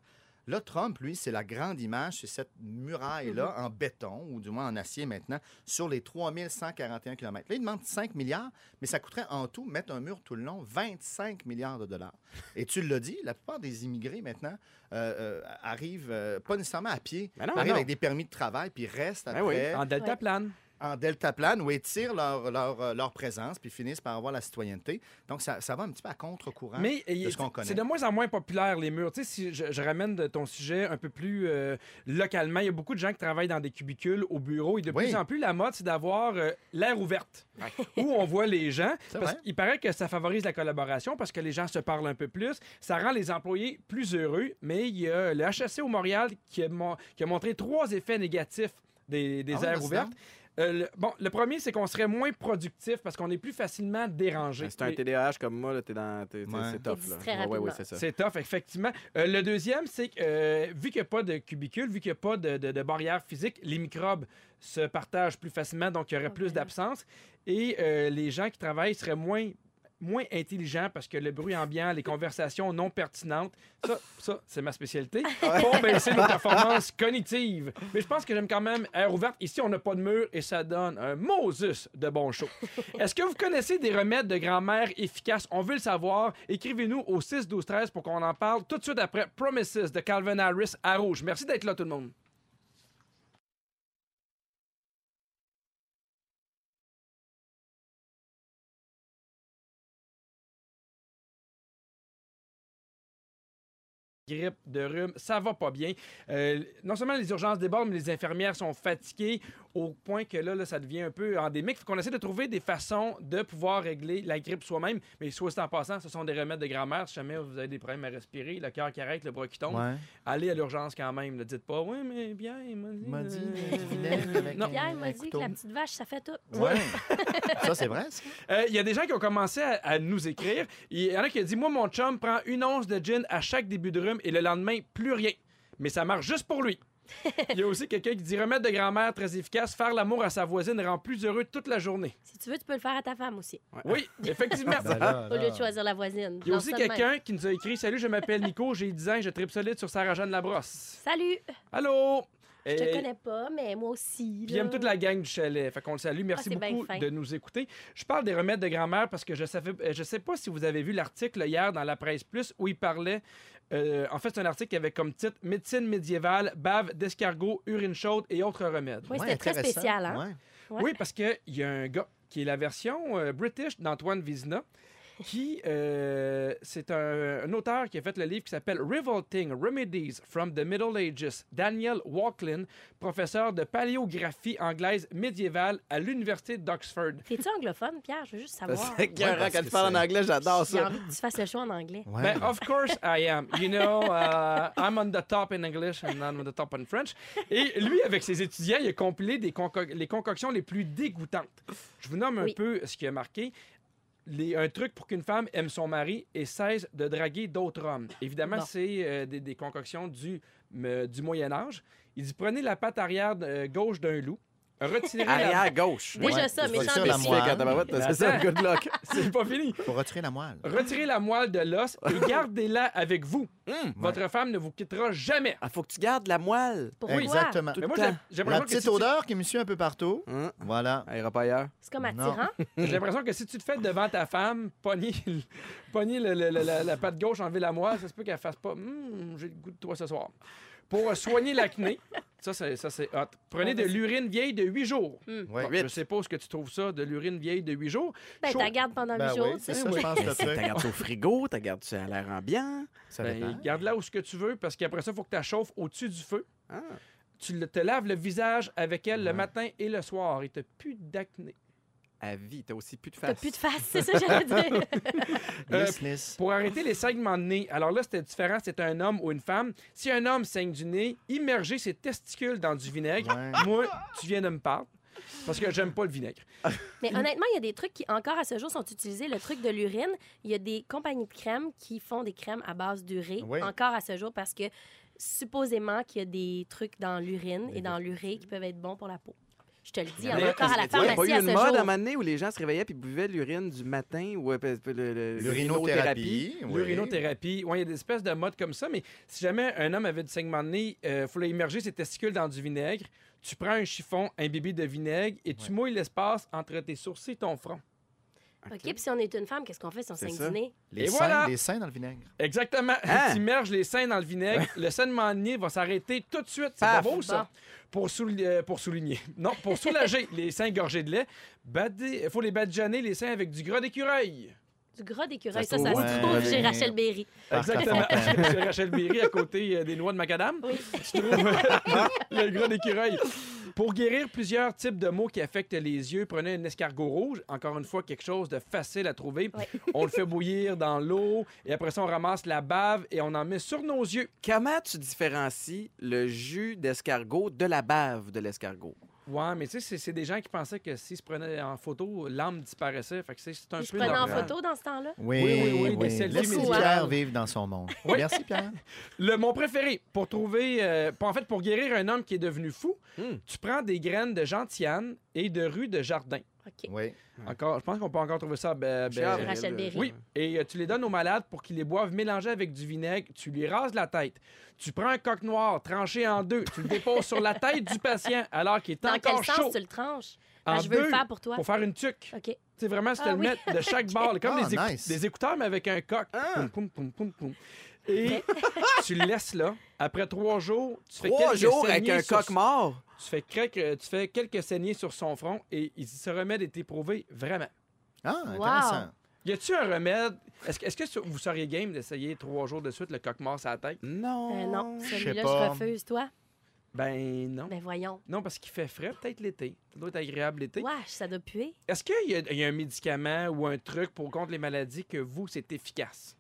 Là, Trump, lui, c'est la grande image, c'est cette muraille-là en béton, ou du moins en acier maintenant, sur les 3141 km. Là, il demande 5 milliards, mais ça coûterait en tout, mettre un mur tout le long, 25 milliards de dollars. Et tu l'as dit, la plupart des immigrés maintenant euh, euh, arrivent, euh, pas nécessairement à pied,
Ah,
Ben non,
arrivent
non.
avec des permis de travail, puis restent
Ben
après
En deltaplane.
en deltaplane où étirent leur, leur, euh, leur présence, puis finissent par avoir la citoyenneté. Donc, ça, ça va un petit peu à contre-courant.
Mais il-
de ce qu'on connaît.
c'est de moins en moins populaire, les murs. Tu sais, si je, je ramène de ton sujet un peu plus euh, localement, il y a beaucoup de gens qui travaillent dans des cubicules au bureau et de
Oui.
plus en plus, la mode, c'est d'avoir euh, l'air ouverte (laughs) où on voit les gens.
C'est
Parce
vrai.
qu'il paraît que ça favorise la collaboration parce que les gens se parlent un peu plus. Ça rend les employés plus heureux. Mais il y a le HSC au Montréal qui a, mon- qui a montré trois effets négatifs des, des
Ah oui,
aires
vas-y
ouvertes. Euh, le, bon, le premier, c'est qu'on serait moins productif parce qu'on est plus facilement
Ben,
dérangé.
C'est un
Et-
TDAH comme moi, là, t'es dans. T'es, t'es-
Ouais.
C'est tough,
T'es
là.
distrait
Ouais, ouais, ouais,
rapidement.
c'est ça.
C'est tough, effectivement. Euh, le deuxième, c'est que euh, vu qu'il n'y a pas de cubicule, vu qu'il n'y a pas de, de- de barrière physique, les microbes se partagent plus facilement, donc il y aurait
Oh,
plus
ben là.
d'absence. Et euh, les gens qui travaillent seraient moins moins intelligents parce que le bruit ambiant, les conversations non pertinentes, ça, ça c'est ma spécialité, font baisser nos performances cognitives. Mais je pense que j'aime quand même air ouverte. Ici, on n'a pas de mur et ça donne un Moses de bon show. Est-ce que vous connaissez des remèdes de grand-mère efficaces? On veut le savoir. Écrivez-nous au 6-12-13 pour qu'on en parle tout de suite après Promises de Calvin Harris à Rouge. Merci d'être là, tout le monde. grippe, de rhume, ça va pas bien. Euh, non seulement les urgences débordent, mais les infirmières sont fatiguées au point que là, là, ça devient un peu endémique. Faut qu'on essaie de trouver des façons de pouvoir régler la grippe soi-même. Mais soit en passant, ce sont des remèdes de grand-mère. Si jamais vous avez des problèmes à respirer, le cœur qui arrête, le bras qui tombe,
Ouais.
allez à l'urgence quand même. Ne dites pas, oui, mais bien, il m'a dit,
M'a dit,
euh,
euh,
(laughs)
vinaigre avec
Non.
un-
Pierre
un
m'a dit que
couteau.
la petite vache, ça fait tout.
Ouais.
(laughs)
ça, c'est vrai, ça?
Euh, Il y a des gens qui ont commencé à, à nous écrire. Il y en a qui ont dit Moi, mon chum prend une once de gin à chaque début de rhume et le lendemain, plus rien. Mais ça marche juste pour
(laughs)
lui. Il y a aussi quelqu'un qui dit Remède de grand-mère très efficace, faire l'amour à sa voisine rend plus heureux toute la journée.
Si tu veux, tu peux le faire à ta femme aussi. (laughs)
Oui, effectivement.
Au lieu de choisir la voisine.
Il y a
Lance
aussi
Ben ça de même.
quelqu'un qui nous a écrit Salut, je m'appelle Nico, j'ai 10 ans et je tripe solide sur Sarah-Jeanne Labrosse.
Salut!
Allô
Je te
Et-
connais pas, mais moi aussi.
Puis il aime
là. Ah,
toute la gang du chalet. Fait qu'on le salue. Merci
c'est bien
beaucoup
fin.
de nous écouter. Je parle des remèdes de grand-mère parce que je savais, euh, je sais pas si vous avez vu l'article hier dans la presse plus où il parlait. euh, en fait, c'est un article qui avait comme titre Médecine médiévale, bave d'escargot, urine chaude et autres remèdes.
Oui, c'était très
intéressant.
spécial, hein?
Ouais.
Ouais.
Oui, parce qu'il y a un gars qui est la version euh, british d'Antoine Vizina, qui, euh, c'est un, un auteur qui a fait le livre qui s'appelle Revolting Remedies from the Middle Ages, Daniel Walklin, professeur de paléographie anglaise médiévale à l'Université d'Oxford.
T'es-tu anglophone, Pierre? Je veux juste savoir.
C'est écœurant
parce
quand
que
tu parles en
c'est-
anglais, j'adore
J'ai
ça.
envie que tu fasses le show en anglais.
Ouais.
Ben, of course I am. You know, uh, I'm on the top in English and I'm on the top in French. Et lui, avec ses étudiants, il a compilé des conco- les concoctions les plus dégoûtantes. Je vous nomme un
Oui.
peu ce qui a marqué. Les- un truc pour qu'une femme aime son mari et cesse de draguer d'autres hommes. Évidemment,
Bon.
c'est euh, des, des concoctions du, me- du Moyen Âge. Il dit prenez la patte arrière euh, gauche d'un loup, retirez la...
Arrière gauche.
Déjà
Ouais,
ça,
je
mais
vais
sans
le faire à
métier.
moi.
Spécifique à tabarouette,
Ben
C'est ça, good
(laughs)
luck.
(laughs) C'est pas fini.
Pour retirer la moelle.
Retirez la moelle de l'os et gardez-la avec vous. Votre femme ne vous quittera jamais.
Hum. Ah, faut que tu gardes la moelle.
Pourquoi?
Exactement.
Tout
Mais
le
moi,
temps.
j'ai- j'ai
La
l'impression que
petite
si tu-
odeur qui me suit un peu partout.
Hein?
Voilà.
Elle ira pas ailleurs.
C'est comme
Non.
attirant.
j'ai l'impression que si tu te fais devant ta femme, pogner, le- pogner le- le- le- la, la patte gauche, enlever la moelle, ça se peut qu'elle fasse pas Hum, j'ai le goût de toi ce soir. Pour euh, soigner l'acné, ça c'est, ça c'est hot. Prenez de l'urine vieille de 8 jours.
Ouais.
Je sais pas où est-ce que tu trouves ça, de l'urine vieille de 8 jours.
Ben,
Chaud.
t'as garde pendant
Ben
huit jours.
oui, c'est
tu sais.
ça, je
(laughs)
pense, le
Mais c'est-
truc.
T'as gardes ça au frigo, t'as gardes ça à l'air ambiant.
Ça
Ben,
dépend.
garde-la où ce que tu veux, parce qu'après ça, il faut que tu la chauffes au-dessus du feu.
Ah.
Tu le- te laves le visage avec elle le
Ouais.
matin et le soir et t'as plus d'acné.
À vie, t'as aussi plus de
T'as
face.
plus de face, c'est ça que j'allais dire.
Euh,
Lisse, lisse.
Pour arrêter les saignements de nez, alors là, c'était différent, c'était un homme ou une femme. Si un homme saigne du nez, immerger ses testicules dans du vinaigre,
Ouais.
moi, tu viens de me parler. Parce que j'aime pas le vinaigre.
Mais
Mm-hmm.
honnêtement, il y a des trucs qui, encore à ce jour, sont utilisés. Le truc de l'urine, il y a des compagnies de crèmes qui font des crèmes à base d'urée,
Oui.
encore à ce jour, parce que supposément qu'il y a des trucs dans l'urine et dans l'urée qui peuvent être bons pour la peau. Je te le dis, on
Mais
est encore à la
Mais tu vois, il y a
pharmacie
pas
à
eu
ce
une mode à un
jour.
moment donné où les gens se réveillaient puis buvaient de l'urine du matin ou euh, le- le- l'urinothérapie.
L'urinothérapie. oui.
L'urinothérapie. Ouais, il y a des espèces de modes comme ça, mais si jamais un homme avait du saignement de nez, il fallait immerger ses testicules dans du vinaigre. Tu prends un chiffon, un bébé de vinaigre et tu
Ouais.
mouilles l'espace entre tes sourcils et ton front.
OK, puis si on est une femme, qu'est-ce qu'on fait si on
C'est
saigne
ça.
du nez?
Les
Et
seins,
voilà.
les seins dans le vinaigre.
Exactement.
Hein?
Tu immerges les seins dans le vinaigre. Le saignement de nez va s'arrêter tout de suite. C'est pas
Paf!
beau, ça. Pour, soul- euh, pour souligner. (laughs) Non, pour soulager les seins gorgés de lait, il faut les badigeonner, les seins, avec du gras d'écureuil.
Du gras d'écureuil,
Ça
ça,
se
ça,
trouve
se
où,
trouve
du
chez
gras
Rachel Berry.
Par
Exactement.
ta
(laughs)
fontaine.
C'est Rachel Berry à côté euh, des noix de macadam.
Oui.
(laughs) Tu trouves le gras d'écureuil. Pour guérir plusieurs types de maux qui affectent les yeux, prenez un escargot rouge. Encore une fois, quelque chose de facile à trouver.
Ouais.
(laughs) On le fait bouillir dans l'eau et après ça, on ramasse la bave et on en met sur nos yeux.
Comment tu différencies le jus d'escargot de la bave de l'escargot?
Ouais, mais tu sais, c'est- c'est des gens qui pensaient que s'ils se prenaient en photo, l'âme disparaissait. Fait que c'est- c'est un
Ils se
peu
prenaient en
normal.
photo dans ce temps-là.
(laughs) Oui,
Oui, oui, oui,
oui,
des selfies
Laissez
médicales.
Pierre vivre dans son monde.
Oui.
Merci, Pierre.
Le mon préféré pour trouver, euh, pour- en fait, pour guérir un homme qui est devenu fou,
Hmm.
tu prends des graines de gentiane et de rue de jardin.
OK.
Oui.
Encore, je pense qu'on peut encore trouver ça. à Be-
Chez
Be-
Avril,
Rachel
euh,
Berry.
Oui, et euh, tu les donnes aux malades pour qu'ils les boivent mélangés avec du vinaigre. Tu lui rases la tête. Tu prends un coq noir tranché en deux. Tu le déposes sur la tête du patient alors qu'il est
Dans
encore
quel sens
chaud.
tu le tranches?
En
Ben, je veux
deux,
le faire pour toi.
Pour faire une tuque.
OK.
Tu sais, vraiment, c'était
Ah
le
oui.
mettre de
(laughs)
chaque balle, comme
Ah,
des, écou-
nice.
des écouteurs, mais avec un coq.
Ah.
Poum, poum, poum, poum, poum. Et (laughs) tu le laisses là. Après trois jours, tu fais
Trois
quelques
jours avec
saignées
un
sur-
coq mort?
Tu fais, craque- tu fais quelques saignées sur son front et il se remet d'être éprouvé, vraiment.
Ah,
Wow.
intéressant.
Y a-tu un remède? Est-ce que, est-ce que vous seriez game d'essayer trois jours de suite le coq mort sur la tête?
Non.
Euh, non,
Je sais
celui-là,
pas.
je refuse, toi.
Ben non.
Ben voyons.
Non, parce qu'il fait frais, peut-être l'été. Ça doit être agréable l'été.
Wesh, ça doit puer.
Est-ce qu'il y, a- il y a un médicament ou un truc pour contre les maladies que vous, c'est efficace?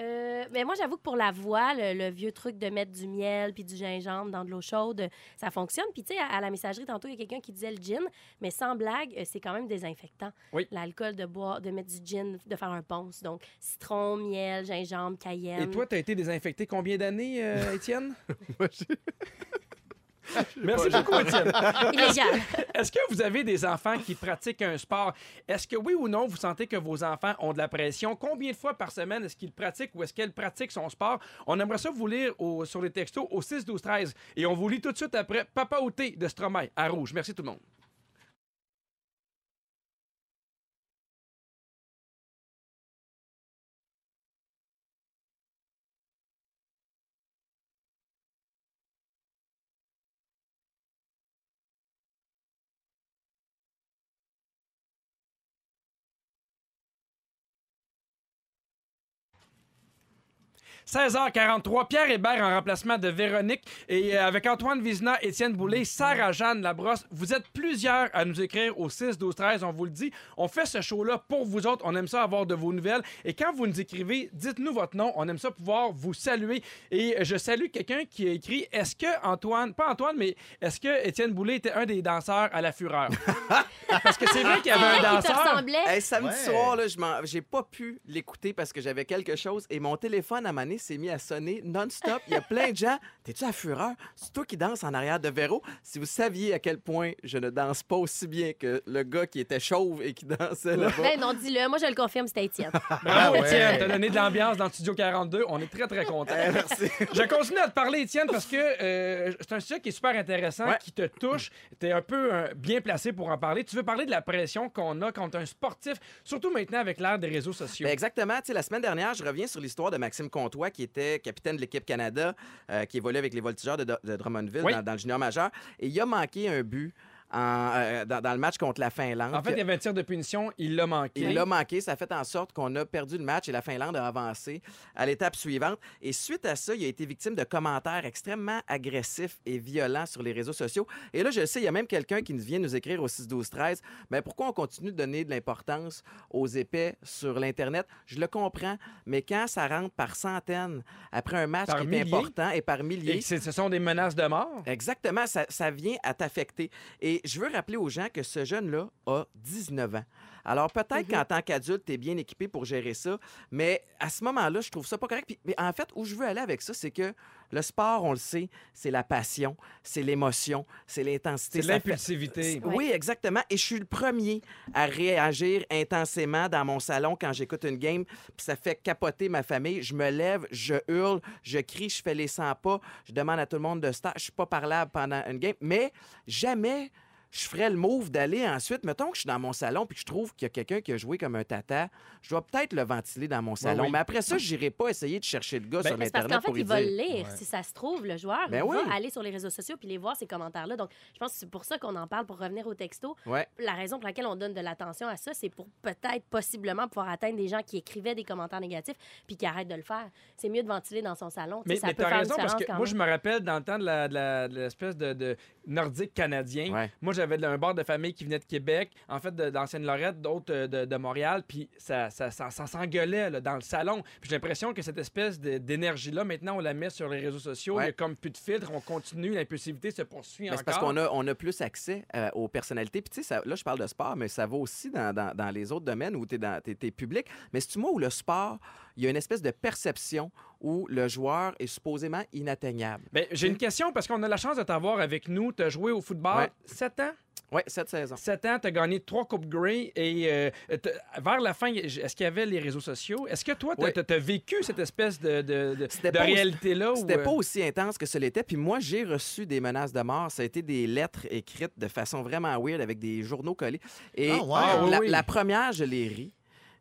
Euh, mais moi, j'avoue que pour la voix, le, le vieux truc de mettre du miel puis du gingembre dans de l'eau chaude, ça fonctionne. Puis, tu sais, à, à la messagerie, tantôt, il y a quelqu'un qui disait le gin, mais sans blague, euh, c'est quand même désinfectant.
Oui.
L'alcool, de boire, de mettre du gin, de faire un ponce. Donc, citron, miel, gingembre, cayenne.
Et toi, t'as été désinfecté combien d'années, euh, Étienne? Merci beaucoup, Étienne.
Ah, Illégal.
Est-ce que vous avez des enfants qui pratiquent un sport? Est-ce que oui ou non, vous sentez que vos enfants ont de la pression? Combien de fois par semaine est-ce qu'ils pratiquent ou est-ce qu'elles pratiquent son sport? On aimerait ça vous lire au- sur les textos au 6 12 13 et on vous lit tout de suite après Papa Outé de Stromae à Rouge. Merci tout le monde. « 16h43, Pierre Hébert en remplacement de Véronique et euh, avec Antoine Vizina, Étienne Boulay, Sarah-Jeanne Labrosse. Vous êtes plusieurs à nous écrire au 6, 12, 13, on vous le dit. On fait ce show-là pour vous autres. On aime ça avoir de vos nouvelles. Et quand vous nous écrivez, dites-nous votre nom. On aime ça pouvoir vous saluer. Et je salue quelqu'un qui a écrit Est-ce que Antoine, pas Antoine, mais est-ce que Étienne Boulay était un des danseurs à la fureur Parce que c'est vrai qu'il y avait
C'est
un
vrai qu'il Ah, te
danseur.
ressemblait.
Hey, samedi
Ouais.
soir, là, je m'en- j'ai pas pu l'écouter parce que j'avais quelque chose et mon téléphone à maner s'est mis à sonner non-stop. Il y a plein
(laughs)
de gens. T'es-tu à fureur? C'est toi qui danses en arrière de Véro. Si vous saviez à quel point je ne danse pas aussi bien que le gars qui était chauve et qui
(laughs)
dansait là-bas.
Ben non, dis-le. Moi, je le confirme, c'était Étienne.
Ah
Bravo,
ouais.
Étienne, t'as donné de l'ambiance dans le Studio 42. On est très, très contents.
Eh, merci.
Je continue à te parler, Étienne, parce que euh, c'est un sujet qui est super intéressant,
Ouais.
qui te touche. Tu es un peu euh, bien placé pour en parler. Tu veux parler de la pression qu'on a quand t'es un sportif, surtout maintenant avec l'ère des réseaux sociaux.
(laughs) Ben exactement. Tu sais, la semaine dernière, je reviens sur l'histoire de Maxime Comtois, qui était capitaine de l'équipe Canada, euh, qui évoluait avec les Voltigeurs de, Do- de Drummondville
Oui.
dans, dans le junior majeur. Et il a manqué un but en- euh, dans, dans le match contre la Finlande.
en fait, il y avait un tir de punition, il l'a manqué.
Il l'a manqué, ça a fait en sorte qu'on a perdu le match et la Finlande a avancé à l'étape suivante. Et suite à ça, il a été victime de commentaires extrêmement agressifs et violents sur les réseaux sociaux. Et là, je sais, il y a même quelqu'un qui nous vient nous écrire au 6-12-13, mais pourquoi on continue de donner de l'importance aux épais sur l'Internet? Je le comprends, mais quand ça rentre par centaines après un match
Par
qui
milliers.
est important et par
Et
milliers,
c'est- ce sont des menaces de mort.
Exactement, ça, ça vient à t'affecter. Et je veux rappeler aux gens que ce jeune-là a 19 ans. Alors peut-être qu'en tant qu'adulte, tu es bien équipé pour gérer ça, mais à ce moment-là, je trouve ça pas correct. Puis, mais en fait, où je veux aller avec ça, c'est que Le sport, on le sait, c'est la passion, c'est l'émotion, c'est l'intensité.
C'est
ça fait-
l'impulsivité.
Ouais.
oui, exactement. Et je suis le premier à réagir intensément dans mon salon quand j'écoute une game. Puis ça fait capoter ma famille. Je me lève, je hurle, je crie, je fais les 100 pas. Je demande à tout le monde de start. Je suis pas parlable pendant une game. Mais jamais je ferais le move d'aller ensuite. Mettons que je suis dans mon salon puis que je trouve qu'il y a quelqu'un qui a joué comme un tata. Je vais peut-être le ventiler dans mon salon.
oui.
Mais après ça, j'irai pas essayer de chercher le gars
Ben,
sur
Mais Bah c'est parce
Internet
qu'en fait,
pour lui
il va le
dire.
lire.
Ouais.
Si ça se trouve, le joueur,
Ben
il
oui.
va aller sur les réseaux sociaux puis les voir, ces commentaires-là. Donc, je pense que c'est pour ça qu'on en parle, pour revenir au texto.
Ouais.
La raison pour laquelle on donne de l'attention à ça, c'est pour peut-être, possiblement, pouvoir atteindre des gens qui écrivaient des commentaires négatifs puis qui arrêtent de le faire. C'est mieux de ventiler dans son salon. Tu sais,
Mais,
ça
mais
peut
t'as
faire une
raison, parce
différence
que
quand
moi, je
même.
me rappelle dans le temps de la- de la- de l'espèce de, de nordique canadien.
Ouais.
Moi, j'avais de- un bar de famille qui venait de Québec, en fait, de- d'Ancienne-Lorette, d'autres euh, de, de Montréal, puis ça, ça, ça- ça s'engueulait là, dans le salon. Puis j'ai l'impression que cette espèce de- d'énergie-là, maintenant, on la met sur les réseaux sociaux.
Ouais.
Il y a comme plus de filtre, on continue, l'impulsivité se poursuit
Mais
encore.
c'est parce qu'on a, on a plus accès euh, aux personnalités. Puis, tu sais, ça- là, je parle de sport, mais ça va aussi dans, dans- dans les autres domaines où tu es, public. Mais c'est-tu moi où le sport, il y a une espèce de perception où le joueur est supposément inatteignable?
Ben, j'ai une question parce qu'on a la chance de t'avoir avec nous. Tu as joué au football
Ouais.
7 ans.
Oui, cette saison.
7 ans, tu as gagné trois Coupes Grey et euh, t'as- vers la fin, est-ce qu'il y avait les réseaux sociaux? Est-ce que toi, tu as,
Oui.
vécu cette espèce de, de, de-
C'était
de
pas aussi-
réalité-là? ou,
C'était
euh,
pas aussi intense que ce l'était. Puis moi, j'ai reçu des menaces de mort. Ça a été des lettres écrites de façon vraiment weird avec des journaux collés. Et
Ah, wow. Ah,
oui,
la,
oui.
la première, je l'ai ri.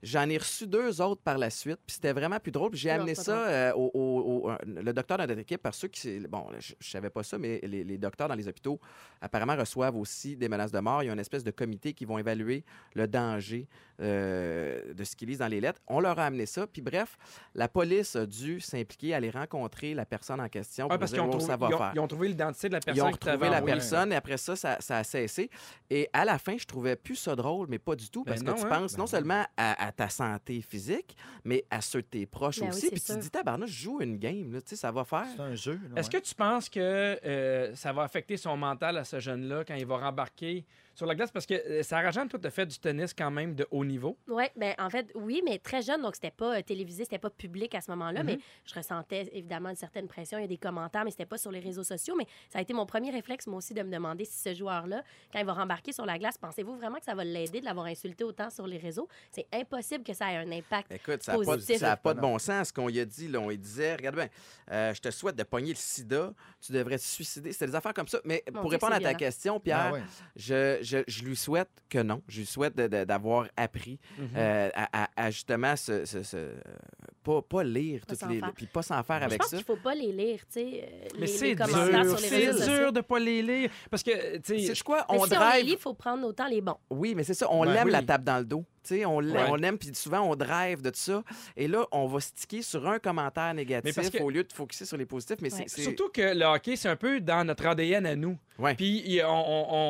J'en ai reçu deux autres par la suite, puis c'était vraiment plus drôle. Puis J'ai
Non,
amené
Ah, c'est
ça
pas drôle.
euh, au, au- au- un- le docteur de notre équipe, parce que c'est- bon, je, je savais pas ça, mais les, les docteurs dans les hôpitaux apparemment reçoivent aussi des menaces de mort. Il y a une espèce de comité qui vont évaluer le danger euh, de ce qu'ils lisent dans les lettres. On leur a amené ça, puis bref, la police a dû s'impliquer, aller rencontrer la personne en question pour
Ah, parce qu'ils
dire
ont,
Wow,
trouvé-
ça va
ils ont-
faire.
ils ont trouvé l'identité de la personne.
Ils ont
qui travaille-
retrouvé la
oui.
personne et après ça, ça, ça a cessé. Et à la fin, je trouvais plus ça drôle, mais pas du tout,
Ben
parce
non,
que tu
hein?
penses
Ben
non
oui.
seulement à, à ta santé physique, mais à ceux de tes proches
Ben oui,
aussi.
c'est
Puis tu te
sûr.
dis, tabarnak, je joue une game, là, tu sais, ça va faire.
C'est un jeu.
Est-ce que tu penses que euh, ça va affecter son mental à ce jeune-là quand il va rembarquer sur la glace? Parce que euh, ça rageant, toi, tu fait du tennis quand même de haut niveau.
Oui, ben, en fait, oui, mais très jeune, donc c'était pas euh, télévisé, c'était pas public à ce moment-là,
Mm-hmm.
mais je ressentais évidemment une certaine pression, il y a des commentaires, mais c'était pas sur les réseaux sociaux, mais ça a été mon premier réflexe, moi aussi, de me demander si ce joueur-là, quand il va rembarquer sur la glace, pensez-vous vraiment que ça va l'aider de l'avoir insulté autant sur les réseaux? C'est impossible que ça ait un impact.
Écoute, ça n'a pas,
Positif.
ça a pas de bon sens ce qu'on y a dit. Là, on y disait, regarde bien, euh, je te souhaite de pogner le sida, tu devrais te suicider. C'était des affaires comme ça. Mais
Mon
pour
Dieu,
répondre
c'est
à ta
violent.
Ben
question, Pierre,
Ah, ouais.
je, je- je lui souhaite que non. Je lui souhaite de- de- d'avoir appris
Mm.
euh, à, à- à justement se- se- se- euh, pas, pas lire
Pas
toutes
s'en
les.
faire.
Puis pas s'en faire
Je
avec
pense
ça.
qu'il faut pas les lire, tu sais, euh,
Mais
les,
c'est
les commentaires
dur,
sur les réseaux
c'est
sociaux.
dur de pas les lire. Parce que, tu sais,
C'est quoi?
Mais
On
si on les
drive.
lit, il faut prendre autant les bons.
Oui, mais c'est ça. On
Ben
l'aime,
oui.
la tape dans le dos. Tu sais, on, l'a-
Ouais.
on aime, puis souvent, on drive de tout ça. Et là, on va sticker sur un commentaire
Mais parce
négatif
que-
au lieu de focuser sur les positifs. Mais
Ouais.
c'est- c'est.
Surtout que le hockey, c'est un peu dans notre ADN à nous.
Ouais.
Puis il- on,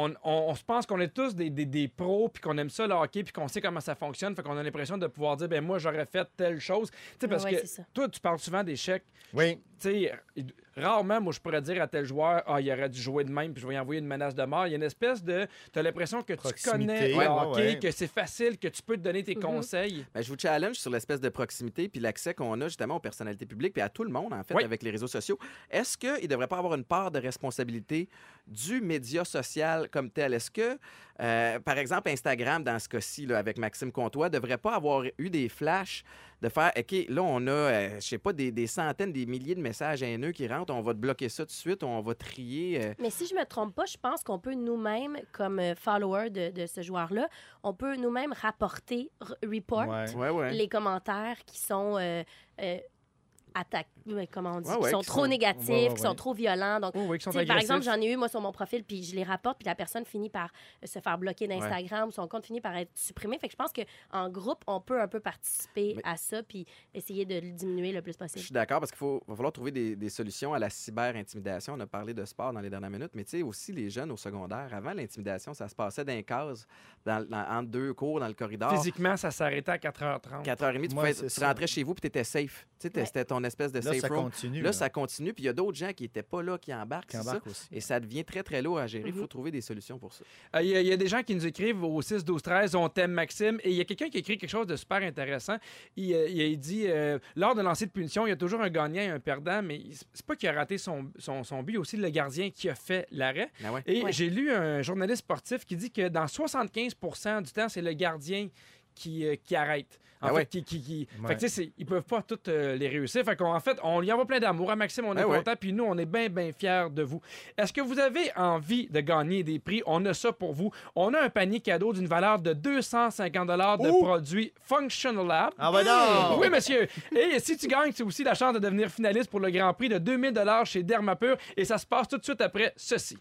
on- on- on- on se pense qu'on est tous des, des- des pros, puis qu'on aime ça le hockey, puis qu'on sait comment ça fonctionne. Fait qu'on a l'impression de pouvoir dire, ben moi, j'aurais fait telle chose. Tu sais, parce
Ouais,
que
c'est ça.
toi, tu parles souvent d'échecs.
Oui.
Tu sais, il- rarement, moi, je pourrais dire à tel joueur, ah, il aurait dû jouer de même, puis je vais y envoyer une menace de mort. Il y a une espèce de. Tu as l'impression que tu
Proximité,
connais le
ouais,
hockey,
ouais.
que c'est facile, que tu peux te donner tes
Mhm.
conseils.
Ben, je vous challenge sur l'espèce de proximité puis l'accès qu'on a justement aux personnalités publiques puis à tout le monde, en fait,
Oui.
avec les réseaux sociaux. Est-ce qu'il ne devrait pas avoir une part de responsabilité du média social comme tel? Est-ce que, euh, par exemple, Instagram, dans ce cas-ci, là, avec Maxime Comtois, devrait pas avoir eu des flashs de faire, OK, là, on a, euh, je sais pas, des, des centaines, des milliers de messages haineux qui rentrent, on va te bloquer ça tout de suite, on va trier. euh.
Mais si je me trompe pas, je pense qu'on peut nous-mêmes, comme euh, followers de, de ce joueur-là, on peut nous-mêmes rapporter, r- report,
Ouais.
Ouais, ouais.
les commentaires qui sont euh, euh, attaques, ouais, comment on dit,
Ouais,
qui
ouais,
sont
qui
trop
sont-
négatifs,
ouais, ouais,
qui sont
ouais.
trop violents. Donc,
Oh, oui, qui sont
tu sais, par
agressifs.
exemple, j'en ai eu, moi, sur mon profil, puis je les rapporte, puis la personne finit par euh, se faire bloquer d'Instagram, son compte finit par être supprimé. Fait que je pense qu'en groupe, on peut un peu participer
Mais-
à ça, puis essayer de le diminuer le plus
Je
possible.
suis d'accord parce qu'il faut, va falloir trouver des, des solutions à la cyber-intimidation. On a parlé de sport dans les dernières minutes, mais tu sais, aussi les jeunes au secondaire, avant l'intimidation, ça se passait d'un case dans, dans- entre deux cours dans le corridor.
Ah. Physiquement, ça s'arrêtait à 4h30.
4h30, tu,
Moi,
pouvais-
c'est
tu
ça.
rentrais chez vous puis tu étais safe. Tu sais,
Ouais.
c'était ton son espèce de
Là,
safe
ça
room.
continue. hein.
Là, ça continue, puis il y a d'autres gens qui n'étaient pas là qui embarquent.
qui
c'est ça.
embarque aussi.
Et ça devient très, très lourd à gérer. Il faut
Mhm.
trouver des solutions pour ça.
Euh, Il y, a- il y a des gens qui nous écrivent au 6, 12, 13, on t'aime Maxime. Et il y a quelqu'un qui écrit quelque chose de super intéressant. Il, euh, il- il dit euh, Lors de lancer de punition, il y a toujours un gagnant et un perdant, mais il- c'est pas qu'il a raté son, son, son but, il y a aussi le gardien qui a fait l'arrêt.
Ah ouais.
Et
Ouais.
j'ai lu un journaliste sportif qui dit que dans 75 du temps, c'est le gardien qui, euh, qui arrête. En
Ah
fait,
ouais.
qui, qui- qui-
Ouais.
fait que, tu sais, c'est- ils peuvent pas toutes euh, les réussir. Fait qu'en fait, on lui envoie plein d'amour à Maxime, on est
Ah ouais.
content, puis nous, on est bien, bien fiers de vous. Est-ce que vous avez envie de gagner des prix? On a ça pour vous. On a un panier cadeau d'une valeur de 250 de
Ouh!
produits Functional Lab.
Ah, ben non!
Oui, monsieur. Et si tu gagnes, tu as aussi la chance de devenir finaliste pour le Grand Prix de 2000 chez Dermapur. Et ça se passe tout de suite après ceci.